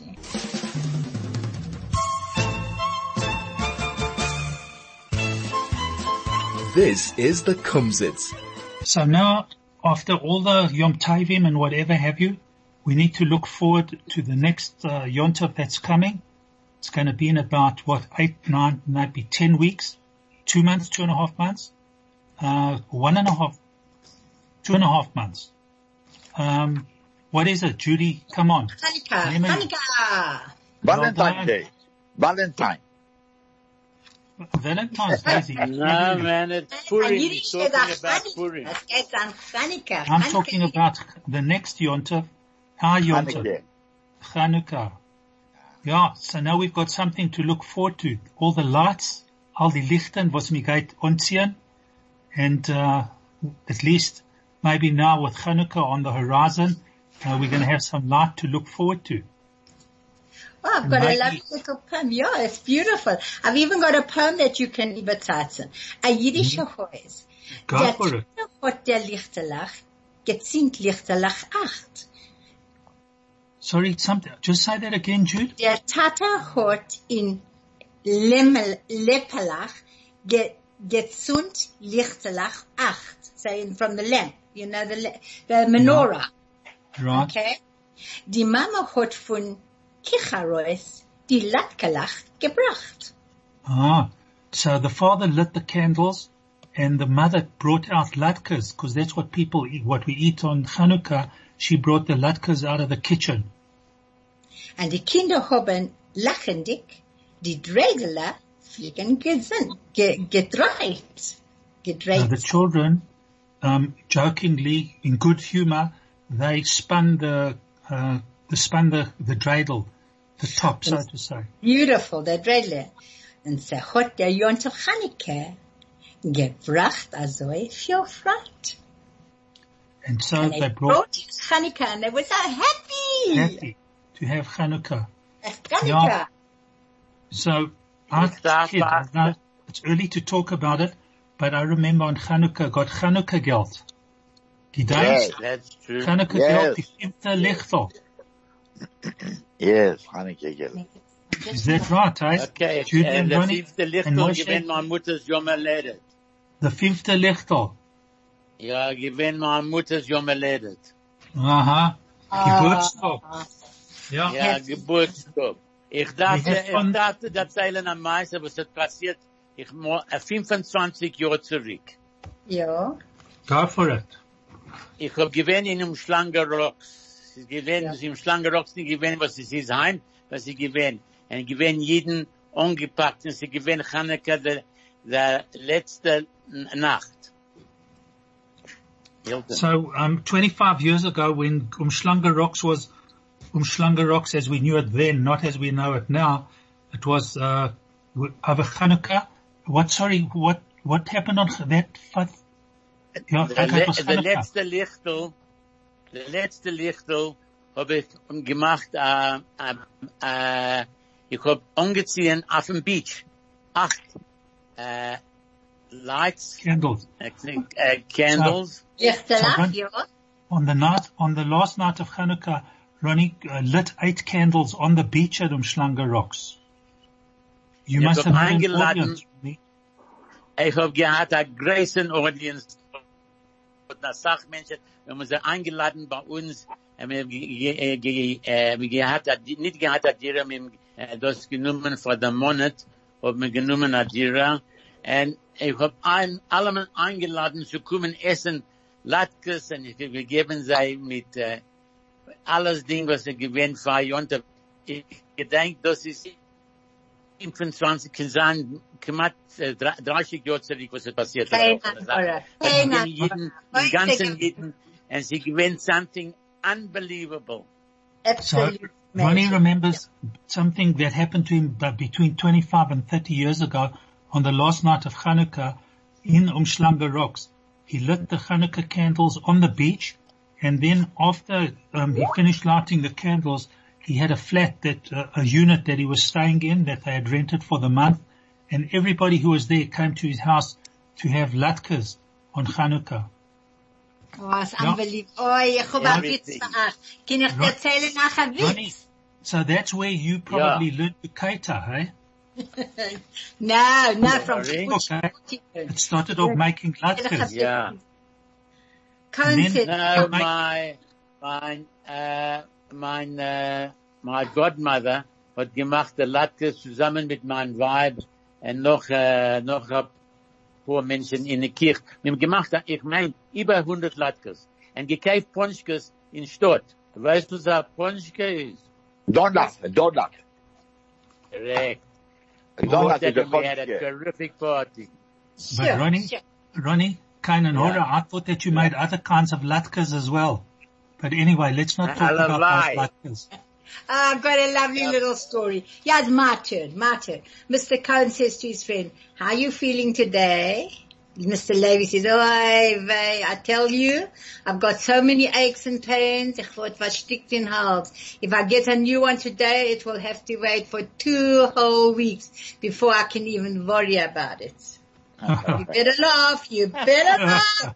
[SPEAKER 5] This is the Kumsitz.
[SPEAKER 1] So now, after all the Yom Tovim and whatever have you, we need to look forward to the next uh, Yom Tov that's coming. It's going to be in about, what, eight, nine, maybe ten weeks, two months, two and a half months, uh, one and a half, two and a half months. Um, what is it, Judy? Come on.
[SPEAKER 4] Hanukkah,
[SPEAKER 1] Amen.
[SPEAKER 4] Hanukkah.
[SPEAKER 1] Valentine.
[SPEAKER 2] Valentine's Day. Valentine.
[SPEAKER 1] Valentine's Day. is in-
[SPEAKER 3] No, man, it's Purim.
[SPEAKER 4] In
[SPEAKER 3] He's
[SPEAKER 4] Yiddish says
[SPEAKER 3] talking about
[SPEAKER 4] Hanukkah.
[SPEAKER 3] Purim.
[SPEAKER 4] Das geht an Hanukkah.
[SPEAKER 1] I'm talking about the next Yom Tov, our Yom Tov.
[SPEAKER 2] Valentine's Day.
[SPEAKER 1] Chanukah. Yeah, so now we've got something to look forward to. All the lights, all the lichten, was mir geht anziehen. And, uh, at least maybe now with Chanukah on the horizon, uh, we're going to have some light to look forward to.
[SPEAKER 4] Oh, I've got a
[SPEAKER 1] Mighty.
[SPEAKER 4] lovely little poem. Yeah, it's beautiful. I've even got a poem that you can übersetzen. A jüdischer
[SPEAKER 1] Mm-hmm.
[SPEAKER 4] Haus.
[SPEAKER 1] Go
[SPEAKER 4] der
[SPEAKER 1] for it.
[SPEAKER 4] Tanne hat der Lichterlach, gezinnt Lichterlach acht.
[SPEAKER 1] Sorry, something, just say that again, Jude.
[SPEAKER 4] Der Tata hat in Lemmel, Leppelach, ge, gezund Lichterlach acht. Saying from the lamp, you know, the, le- the menorah.
[SPEAKER 1] Right.
[SPEAKER 4] Okay. Die Mama hat von Kicharois die Latkelach gebracht.
[SPEAKER 1] Ah, so the father lit the candles and the mother brought out latkes because that's what people eat, what we eat on Chanukah. She brought the latkes out of the kitchen.
[SPEAKER 4] Und die Kinder haben lachendig die Drägler fliegen gesehen, ge, gedreht.
[SPEAKER 1] Now, the
[SPEAKER 4] Gedreht.
[SPEAKER 1] children, um, jokingly, in good humor, they spun the, uh, they spun the, the dreidel, the top, so to say.
[SPEAKER 4] Beautiful, der Drägler. Und sie hat der Jontef Chaneke gebracht, also für Freit.
[SPEAKER 1] And so
[SPEAKER 4] And
[SPEAKER 1] they
[SPEAKER 4] they
[SPEAKER 1] brought
[SPEAKER 4] brought Chaneke and they were so happy.
[SPEAKER 1] happy to have Hanukkah.
[SPEAKER 4] Chaneke.
[SPEAKER 1] So I
[SPEAKER 3] It's that
[SPEAKER 1] kid, I
[SPEAKER 3] bad.
[SPEAKER 1] know it's early to talk about it, but I remember on Hanukkah got Hanukkah geld. Die Dames,
[SPEAKER 3] That's true.
[SPEAKER 1] Hanukkah
[SPEAKER 2] Yes.
[SPEAKER 1] geld, die fünfte Lichter.
[SPEAKER 2] Yes, Hanukkah Geld.
[SPEAKER 1] Is that right, eh?
[SPEAKER 3] Okay,
[SPEAKER 1] Judy
[SPEAKER 3] äh,
[SPEAKER 1] and
[SPEAKER 3] der
[SPEAKER 1] Ronnie
[SPEAKER 3] fünfte Licht
[SPEAKER 1] and
[SPEAKER 3] und
[SPEAKER 1] Moshe.
[SPEAKER 3] gewinnt meine Mutters Yom Eledet.
[SPEAKER 1] The fifth Lichter.
[SPEAKER 3] Ja, gewinnt meine Mutters Yom Eledet.
[SPEAKER 1] Aha. Geburtstag. Ja.
[SPEAKER 3] Ja, Geburtstag. Ich dachte,
[SPEAKER 1] Wir haben-
[SPEAKER 3] ich dachte, das Zeilen am meisten, was hat passiert, ich muss 25 Jahre zurück.
[SPEAKER 4] Ja.
[SPEAKER 1] Go for it.
[SPEAKER 3] Ich hab gewähnt in dem Schlangerocks. Sie gewähnt,
[SPEAKER 4] Ja.
[SPEAKER 3] ja. im Schlangerocks nicht gewähnt, was es ist heim, was sie gewähnt. Und gewähnt jeden ungepackt und sie gewähnt Chanukka der, der letzte N- Nacht. Hilton.
[SPEAKER 1] So, um, 25 years ago when Umschlanger Rocks was, Umschlanger Rocks as we knew it then, not as we know it now, it was, uh, over Hanukkah. What, sorry, what, what happened on that? fifth- Yeah,
[SPEAKER 3] der,
[SPEAKER 1] okay, it was
[SPEAKER 3] le der
[SPEAKER 1] Hanukkah.
[SPEAKER 3] letzte Lichtel der letzte Lichtel habe ich gemacht, äh, äh, äh, ich habe angezogen auf dem Beach. Acht äh, Lights,
[SPEAKER 1] Candles.
[SPEAKER 3] äh, äh, Candles.
[SPEAKER 4] Ich darf,
[SPEAKER 1] Someone-
[SPEAKER 4] ja.
[SPEAKER 1] On the night, on the last night of Hanukkah, Ronnie uh, lit eight candles on the beach at Umschlange Rocks. You
[SPEAKER 3] Ja,
[SPEAKER 1] must
[SPEAKER 3] doch
[SPEAKER 1] have had an
[SPEAKER 3] eingeladen.
[SPEAKER 1] audience, Ronnie.
[SPEAKER 3] Ich habe gehabt, eine große Audience und eine Sachmenschen, wir haben sie eingeladen bei uns, äh, wir haben ge- ge- ge- äh, wir gehabt, äh, die- nicht gehabt, äh, die haben ihm, äh, das genommen für den Monat, haben wir genommen Adira, und ich habe allen, allen eingeladen zu kommen essen, Latkes, und ich habe gegeben sei mit, äh, alles Ding, was er gewinnt, war Jonte. Ich gedenk, das ist 25, kann sein, knapp äh, 30 Jahre zurück, was er passiert
[SPEAKER 4] Zehn
[SPEAKER 3] Das ist-
[SPEAKER 4] Jahre.
[SPEAKER 3] das
[SPEAKER 4] Zehn
[SPEAKER 3] ist in
[SPEAKER 4] Jahre.
[SPEAKER 3] Jeden,
[SPEAKER 4] Heute
[SPEAKER 3] die ganzen
[SPEAKER 4] gibt-
[SPEAKER 3] Jeden, and sie gewinnt something unbelievable.
[SPEAKER 1] So,
[SPEAKER 4] Absolutely.
[SPEAKER 1] Ronnie remembers something that happened to him but between 25 and 30 years ago on the last night of Hanukkah in Umschlange Rocks. He lit the Hanukkah candles on the beach and then after um, he finished lighting the candles, he had a flat that, uh, a unit that he was staying in that they had rented for the month and everybody who was there came to his house to have latkes on Hanukkah.
[SPEAKER 4] Oh, it's unbelievable. Oh, ich hab ein Witz
[SPEAKER 3] Everything.
[SPEAKER 4] gemacht. Kann ich dir
[SPEAKER 1] Ron-
[SPEAKER 4] erzählen nachher einen
[SPEAKER 1] Ronnie,
[SPEAKER 4] Witz?
[SPEAKER 1] so that's where you probably learned to cater, hey?
[SPEAKER 4] No, no, from
[SPEAKER 3] Sorry.
[SPEAKER 1] Okay. It started off making latkes.
[SPEAKER 3] Yeah.
[SPEAKER 4] Concept.
[SPEAKER 3] No,
[SPEAKER 1] Mike-
[SPEAKER 3] my, my, uh, mein, uh, my godmother hat gemacht der Latte zusammen mit meinem Weib und noch, uh, noch ein paar Menschen in der Kirche. Wir haben gemacht, äh, ich mein, über 100 Latkes. Und gekauft Ponschkes in Stott. Weißt du, was ein Ponschke ist?
[SPEAKER 2] Don't laugh, don't laugh.
[SPEAKER 3] Correct.
[SPEAKER 2] Don't laugh, it's a
[SPEAKER 3] We had a
[SPEAKER 2] hot year.
[SPEAKER 3] terrific party.
[SPEAKER 1] But
[SPEAKER 4] Sure,
[SPEAKER 1] Ronnie,
[SPEAKER 4] sure.
[SPEAKER 1] Ronnie, Kane and
[SPEAKER 3] Yeah.
[SPEAKER 1] Hora, I thought that you made other kinds of latkes as well. But anyway, let's not talk
[SPEAKER 3] I'll lie.
[SPEAKER 1] about those latkes.
[SPEAKER 4] Ah, I've got a lovely little story. Yeah, it's my turn, my turn. Mr. Cohen says to his friend, how are you feeling today? Mr. Levy says, oh, I, I tell you, I've got so many aches and pains. Ich word verstickt in Hals. If I get a new one today, it will have to wait for two whole weeks before I can even worry about it. You better laugh, you better laugh.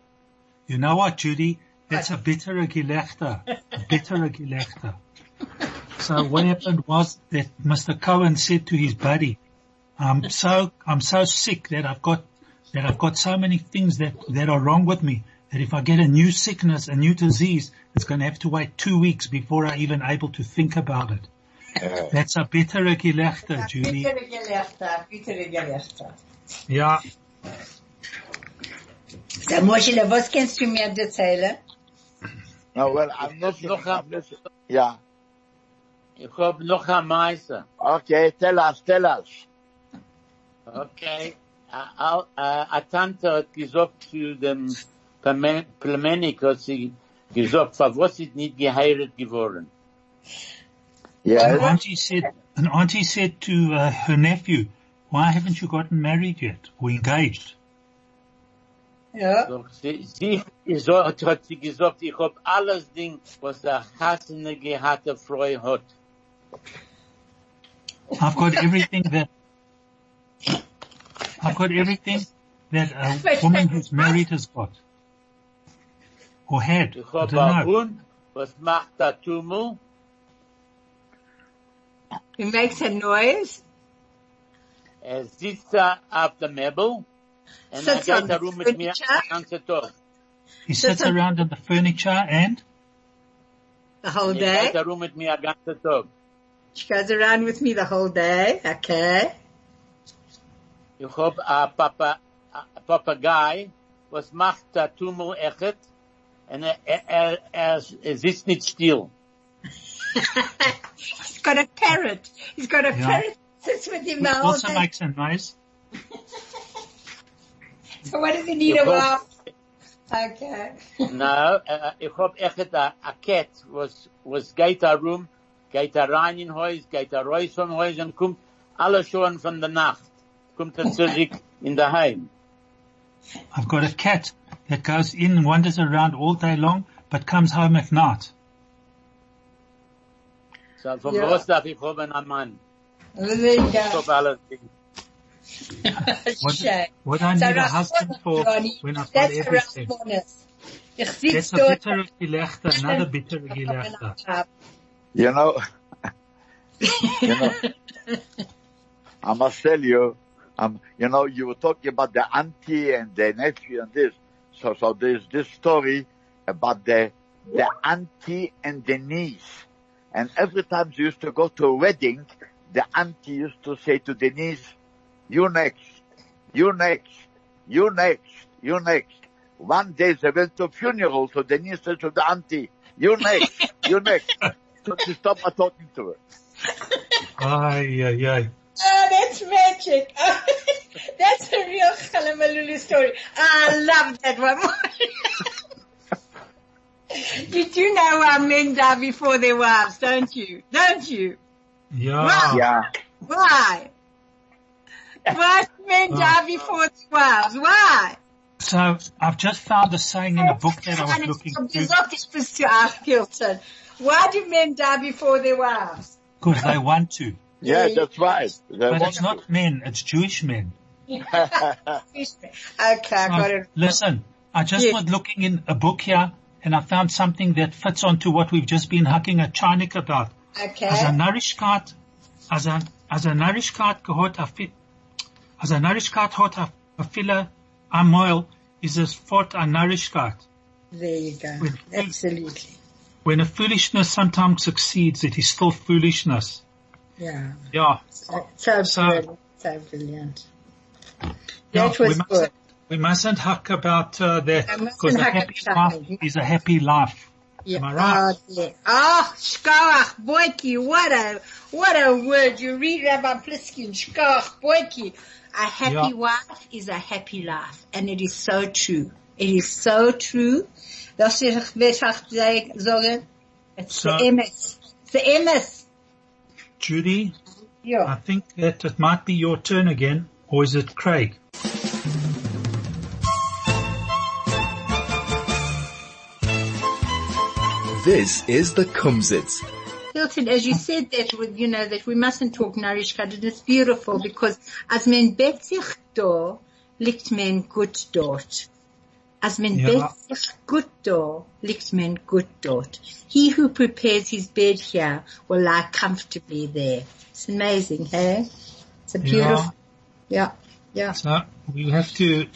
[SPEAKER 1] you know what, Judy? That's a bittere Gelächter. A bittere Gelächter. So what happened was that Mr. Cohen said to his buddy, I'm so, I'm so sick that I've got, that I've got so many things that, that are wrong with me that if I get a new sickness, a new disease, it's going to have to wait two weeks before I even able to think about it. That's a bittere Gelächter, Judy.
[SPEAKER 4] Bittere Gelächter, bittere Gelächter.
[SPEAKER 1] Yeah.
[SPEAKER 4] So, Moschele, was kannst du mir erzählen?
[SPEAKER 2] No, well, I'm not,
[SPEAKER 3] Noch
[SPEAKER 2] I'm
[SPEAKER 3] ein,
[SPEAKER 2] not, yeah.
[SPEAKER 3] ich hab noch ein Meister.
[SPEAKER 2] Okay, tell us, tell us.
[SPEAKER 3] Okay. uh, A, a, a Tante hat gesagt zu dem Plemen- Plemenik, hat sie gesagt, für was ist nicht geheiratet geworden?
[SPEAKER 1] An
[SPEAKER 2] Yes.
[SPEAKER 1] auntie said, an auntie said to uh, her nephew, why haven't you gotten married yet or engaged?
[SPEAKER 4] Ja.
[SPEAKER 3] Doch sie, sie so, hat sie gesagt, ich hab alles Ding, was eine hassende, gehatte Frau hat.
[SPEAKER 1] I've got everything that, I've got everything that a woman who's married has got. Or had.
[SPEAKER 3] Ich
[SPEAKER 1] I
[SPEAKER 3] hab
[SPEAKER 1] don't
[SPEAKER 3] einen
[SPEAKER 1] know.
[SPEAKER 3] Hund, was macht der Tummel?
[SPEAKER 4] It makes a noise.
[SPEAKER 3] Er sitzt da auf dem Möbel und er
[SPEAKER 4] Sitzt
[SPEAKER 3] geht
[SPEAKER 4] on
[SPEAKER 3] da rum mit mir
[SPEAKER 4] furniture?
[SPEAKER 3] den ganzen Tag.
[SPEAKER 1] He sits around on the furniture and
[SPEAKER 4] The
[SPEAKER 3] Er
[SPEAKER 4] whole
[SPEAKER 3] geht
[SPEAKER 4] day.
[SPEAKER 3] da rum mit mir den ganzen Tag.
[SPEAKER 4] She goes around with me the whole day. Okay.
[SPEAKER 3] Ich hab a Papa, a Papagei, was macht der Tummel echt, und er, er, er, er, er sitzt nicht still.
[SPEAKER 4] He's got a parrot. He's got a
[SPEAKER 1] Yeah.
[SPEAKER 4] parrot that sits with him the
[SPEAKER 1] which
[SPEAKER 4] whole
[SPEAKER 1] also
[SPEAKER 4] day.
[SPEAKER 1] makes a noise.
[SPEAKER 4] so what does he need
[SPEAKER 3] You
[SPEAKER 4] a while? Okay.
[SPEAKER 3] No, äh, ich hab echt a, a Cat, was, was geht da rum, geht da rein in Haus, geht da raus vom Haus und kommt alle schon von der Nacht, kommt er zurück in der Heim.
[SPEAKER 1] I've got a cat that goes in and wanders around all day long, but comes home at night.
[SPEAKER 3] So from
[SPEAKER 4] Ja.
[SPEAKER 3] Ross darf ich hoben am Mann.
[SPEAKER 4] Yeah.
[SPEAKER 3] Stop alles.
[SPEAKER 1] What,
[SPEAKER 4] Shame.
[SPEAKER 1] what I need a husband for when I've got
[SPEAKER 4] That's a
[SPEAKER 1] everything.
[SPEAKER 4] rasbonus. Ich
[SPEAKER 1] That's
[SPEAKER 4] sitze
[SPEAKER 1] a
[SPEAKER 4] dort.
[SPEAKER 1] bittere Gelächter, another bittere Gelächter.
[SPEAKER 2] You know, you know, I must tell you, um, you know, you were talking about the auntie and the nephew and this. So, so there's this story about the, the auntie and the niece. And every time she used to go to a wedding, the auntie used to say to the niece, you next, you next, you next, you next. One day they went to a funeral, so the niece said to the auntie, you next, you next. So she stopped talking to her.
[SPEAKER 1] Ay, ay, ay.
[SPEAKER 4] Oh, that's magic. that's a real Halamalulu story. Ah, I love that one. Did you know how men die before their wives, don't you? Don't you?
[SPEAKER 1] Yeah.
[SPEAKER 2] Yeah.
[SPEAKER 4] Why? Why do men
[SPEAKER 1] Oh.
[SPEAKER 4] die before their wives? Why?
[SPEAKER 1] So I've just found a saying in a book that I was looking through
[SPEAKER 4] Gesagt, ich bin zu Art Hilton. Why do men die before their wives?
[SPEAKER 1] because they want to.
[SPEAKER 2] Yeah, that's right. They
[SPEAKER 1] But
[SPEAKER 2] want
[SPEAKER 1] it's not men, it's Jewish men.
[SPEAKER 4] okay, I got
[SPEAKER 1] Uh,
[SPEAKER 4] it.
[SPEAKER 1] listen, I just
[SPEAKER 4] Yes.
[SPEAKER 1] was looking in a book here and I found something that fits onto what we've just been hacking at Chinik about. As a
[SPEAKER 4] Okay.
[SPEAKER 1] Narishkeit, as a, as a Narishkeit gehört a fi, as a Narishkeit hot a, a filler amoil is as fort a Narishkeit.
[SPEAKER 4] There you go.
[SPEAKER 1] With-
[SPEAKER 4] Absolutely.
[SPEAKER 1] When a foolishness sometimes succeeds, it is still foolishness.
[SPEAKER 4] Yeah.
[SPEAKER 1] Yeah.
[SPEAKER 4] So, so
[SPEAKER 1] So-
[SPEAKER 4] brilliant. So brilliant.
[SPEAKER 1] Yeah,
[SPEAKER 4] That
[SPEAKER 1] we
[SPEAKER 4] was
[SPEAKER 1] mustn't-
[SPEAKER 4] good.
[SPEAKER 1] We mustn't hack about uh, that
[SPEAKER 4] I mustn't
[SPEAKER 1] because a
[SPEAKER 4] hack
[SPEAKER 1] happy
[SPEAKER 4] about
[SPEAKER 1] life
[SPEAKER 4] it.
[SPEAKER 1] is a happy life.
[SPEAKER 4] Yeah.
[SPEAKER 1] Am I right?
[SPEAKER 4] Oh, yeah. oh shkoach boiki. What a, what a word. You read Rabbi Pliskin, shkoach boiki. A happy
[SPEAKER 1] Yeah.
[SPEAKER 4] wife is a happy life. And it is so true. It is so true. Das ich wirklich sag- sagen. It's
[SPEAKER 1] So-
[SPEAKER 4] the MS. It's the MS.
[SPEAKER 1] Judy, I
[SPEAKER 4] Yeah.
[SPEAKER 1] think that it might be your turn again, or is it Craig?
[SPEAKER 5] This is the Kumsitz.
[SPEAKER 4] Hilton, as you said that, with, you know, that we mustn't talk Narishkeit, and it's beautiful because as men bet sich da, liegt men gut dort. As men
[SPEAKER 1] Ja.
[SPEAKER 4] bet sich gut da, liegt men gut dort. He who prepares his bed here will lie comfortably there. It's amazing, hey? It's a beautiful, yeah, yeah.
[SPEAKER 1] So you have to,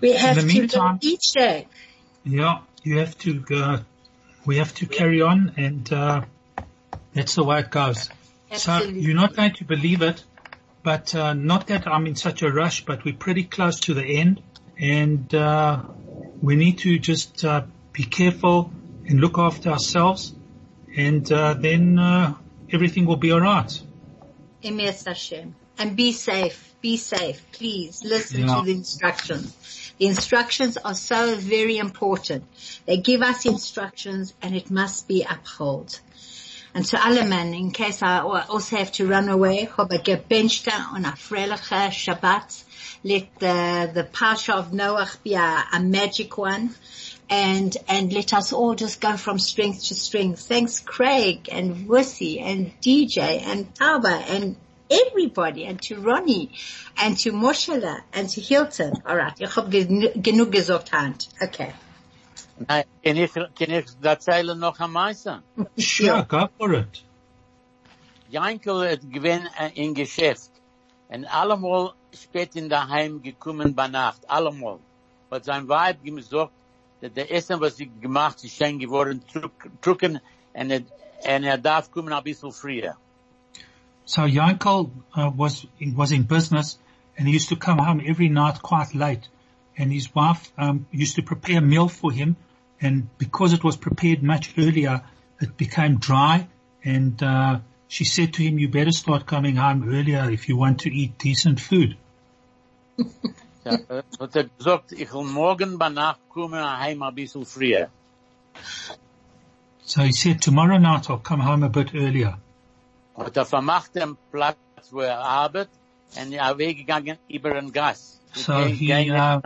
[SPEAKER 4] We have
[SPEAKER 1] the
[SPEAKER 4] to
[SPEAKER 1] meantime-
[SPEAKER 4] live each day.
[SPEAKER 1] yeah, you have to go. We have to carry on, and uh, that's the way it goes.
[SPEAKER 4] Absolutely.
[SPEAKER 1] So you're not going to believe it, but uh, not that I'm in such a rush, but we're pretty close to the end, and uh, we need to just uh, be careful and look after ourselves, and uh, then uh, everything will be all right.
[SPEAKER 4] Emes Hashem. And be safe. Be safe. Please listen
[SPEAKER 1] Yeah.
[SPEAKER 4] to the instructions. The instructions are so very important. They give us instructions and it must be upheld. And to alle men, in case I al- also have to run away, hob a gebenchte on a freiliche Shabbat. Let the, the Pasha of Noach be a, a magic one. And, and let us all just go from strength to strength. Thanks Craig and Wussy and DJ and Tauba and everybody and to Ronnie and to Moshela and to Hilton. Alright, ich hab genu- genug gesagt, Hand. Okay.
[SPEAKER 3] Nein, kann ich, kann ich das Zeile noch am meisten?
[SPEAKER 1] Sure, go for it.
[SPEAKER 3] Jankel hat gewinn äh, in Geschäft. Und allemal spät in daheim gekommen bei Nacht. Allemal. Hat sein Weib gesagt, dass der Essen, was sie gemacht, ist schön geworden, drücken, und er, und er darf kommen ein bisschen früher.
[SPEAKER 1] So Yankel uh, was was in business, and he used to come home every night quite late, and his wife um, used to prepare a meal for him, and because it was prepared much earlier, it became dry, and uh, she said to him, "You better start coming home earlier if you want to eat decent food."
[SPEAKER 3] So, äh, hat er gesagt, ich will morgen bei Nacht kommen daheim ein bisschen früher.
[SPEAKER 1] So he said, "Tomorrow night I'll come home a bit earlier."
[SPEAKER 3] Hat er vermacht den Platz, wo er arbeitet, und er ist weggegangen über den Gas.
[SPEAKER 1] So he uh,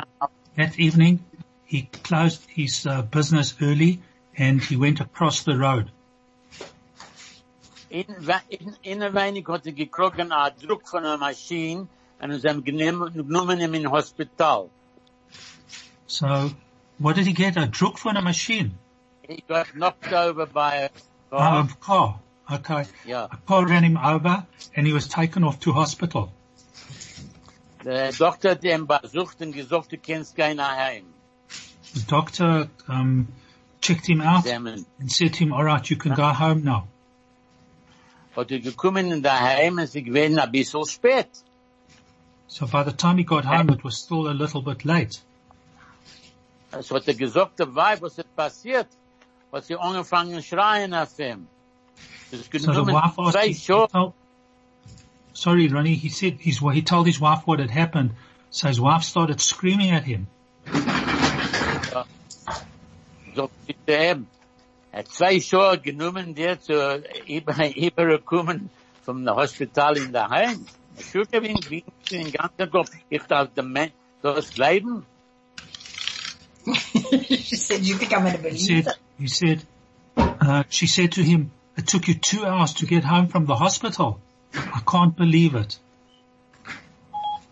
[SPEAKER 1] that evening he closed his uh, business early and he went across the road.
[SPEAKER 3] In, we- in, in ein wenig hat er gekrogen, ein Druck von einer Maschine, und sie haben genommen genommen ihn in Hospital.
[SPEAKER 1] So what did he get? A drug from a machine?
[SPEAKER 3] He got knocked over by a
[SPEAKER 1] Oh,
[SPEAKER 3] car.
[SPEAKER 1] a car. Okay.
[SPEAKER 3] Uh-huh. Yeah.
[SPEAKER 1] A car ran him over and he was taken off to hospital.
[SPEAKER 3] Der Doktor hat ihn besucht und gesagt, du kennst keiner heim.
[SPEAKER 1] The doctor um, checked him out
[SPEAKER 3] Examined.
[SPEAKER 1] and said to him, all right, you can go home now.
[SPEAKER 3] Hat er gekommen in der Heim und sie gewesen ein bisschen spät.
[SPEAKER 1] So by the time he got home, it was still a little bit late.
[SPEAKER 3] Es hat er gesagt, der Weib, was ist passiert? Hat sie angefangen zu schreien auf ihm. Das ist
[SPEAKER 1] So the
[SPEAKER 3] genommen
[SPEAKER 1] wife asked
[SPEAKER 3] zwei
[SPEAKER 1] him, he
[SPEAKER 3] Stunden.
[SPEAKER 1] told- sorry, Ronnie, he said, his, he told his wife what had happened. So his wife started screaming at him.
[SPEAKER 3] So bitte eben. Er hat zwei Stunden genommen, der zu äh, über- übergekommen vom Hospital in der Heim. Er schüttelt ihn, wie den ganzen Kopf. Ich darf dem Mensch, das Leben,
[SPEAKER 4] she said, you think I'm going
[SPEAKER 1] He
[SPEAKER 4] to believe
[SPEAKER 1] said,
[SPEAKER 4] that?
[SPEAKER 1] he said, uh, she said to him, it took you two hours to get home from the hospital. I can't believe it.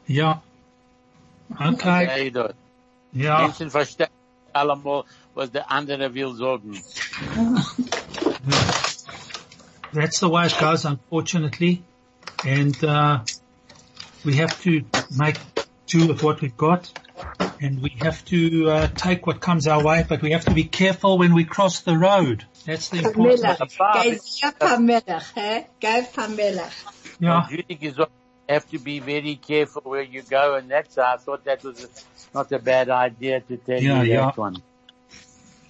[SPEAKER 1] Yeah. Okay.
[SPEAKER 3] sei dort.
[SPEAKER 1] Yeah.
[SPEAKER 3] Menschen verstehen allemal, was der andere will sagen.
[SPEAKER 1] That's the way it goes, unfortunately. And, uh, we have to make do with what we've got. And we have to, uh, take what comes our way, but we have to be careful when we cross the road. That's the important
[SPEAKER 4] Pamela,
[SPEAKER 3] Pamela.
[SPEAKER 4] guys, yeah, Pamela, eh? Guys, Pamela.
[SPEAKER 1] Yeah.
[SPEAKER 3] And Judy Gizot, you have to be very careful where you go, and that's, I thought that was not a bad idea to tell
[SPEAKER 1] Yeah,
[SPEAKER 3] you
[SPEAKER 1] yeah.
[SPEAKER 3] that one.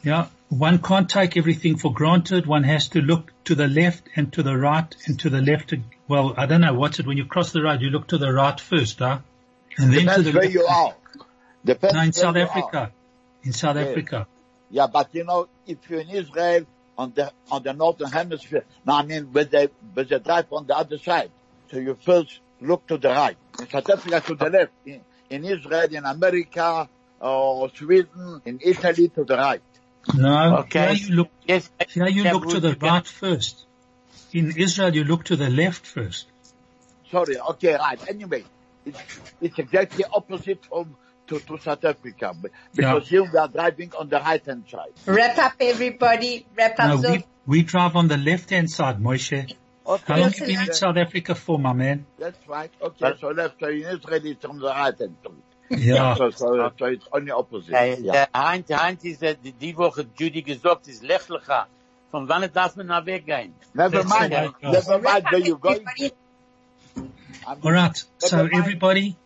[SPEAKER 1] Yeah, one can't take everything for granted. One has to look to the left and to the right and to the left. Well, I don't know what's it. When you cross the road, you look to the right first, huh? And then to
[SPEAKER 2] Depends
[SPEAKER 1] the
[SPEAKER 2] where
[SPEAKER 1] left.
[SPEAKER 2] you are. Depends
[SPEAKER 1] No, in
[SPEAKER 2] where
[SPEAKER 1] South
[SPEAKER 2] you Are.
[SPEAKER 1] Africa. In South
[SPEAKER 2] Yes.
[SPEAKER 1] Africa.
[SPEAKER 2] Yeah, but you know, if you're in Israel on the on the northern hemisphere, no, I mean with the with the drive on the other side. So you first look to the right. In South Africa to the left. In, in Israel, in America, or Sweden, in Italy to the right.
[SPEAKER 1] No,
[SPEAKER 3] Okay.
[SPEAKER 1] here you look,
[SPEAKER 3] Yes,
[SPEAKER 1] here you
[SPEAKER 3] yeah,
[SPEAKER 1] look to
[SPEAKER 3] would
[SPEAKER 1] the
[SPEAKER 3] you
[SPEAKER 1] right first. In Israel, you look to the left first.
[SPEAKER 2] Sorry, okay, right. Anyway, it's it's exactly opposite from to, to South Africa be- because here we are driving on the right hand side.
[SPEAKER 4] Wrap up, everybody. Wrap
[SPEAKER 1] No,
[SPEAKER 4] up.
[SPEAKER 1] we, we drive on the left hand side, Moshe. How
[SPEAKER 2] Okay,
[SPEAKER 1] long
[SPEAKER 4] Yes,
[SPEAKER 1] have you been in
[SPEAKER 4] yes.
[SPEAKER 1] South Africa for, my man?
[SPEAKER 2] that's right. Okay, so left, so in Israel it's on the right hand side.
[SPEAKER 1] Yeah.
[SPEAKER 2] So, so, so it's only opposite.
[SPEAKER 3] Hey,
[SPEAKER 2] yeah.
[SPEAKER 3] der Heinz, Heinz ist, äh, die, die Woche Judy gesagt, ist lächerlicher. Von wann darf man nach weggehen?
[SPEAKER 2] Never
[SPEAKER 1] That's
[SPEAKER 2] mind.
[SPEAKER 1] the way it goes.
[SPEAKER 2] Never mind
[SPEAKER 4] wrap
[SPEAKER 2] where
[SPEAKER 4] up,
[SPEAKER 2] you're going.
[SPEAKER 4] everybody.
[SPEAKER 2] I'm-
[SPEAKER 1] All right. So
[SPEAKER 2] Never mind.
[SPEAKER 1] everybody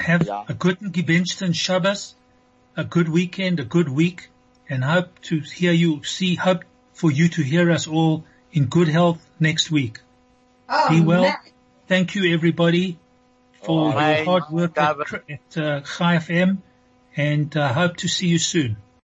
[SPEAKER 1] have
[SPEAKER 2] Yeah.
[SPEAKER 1] a good and gebenchten Shabbos, a good weekend, a good week, and hope to hear you, see, hope for you to hear us all in good health next week.
[SPEAKER 4] Oh,
[SPEAKER 1] Be well.
[SPEAKER 4] man.
[SPEAKER 1] Thank you everybody for
[SPEAKER 3] All
[SPEAKER 1] your
[SPEAKER 3] right.
[SPEAKER 1] hard work at,
[SPEAKER 3] Shabbos.
[SPEAKER 1] at uh, Chai FM and uh, hope to see you soon.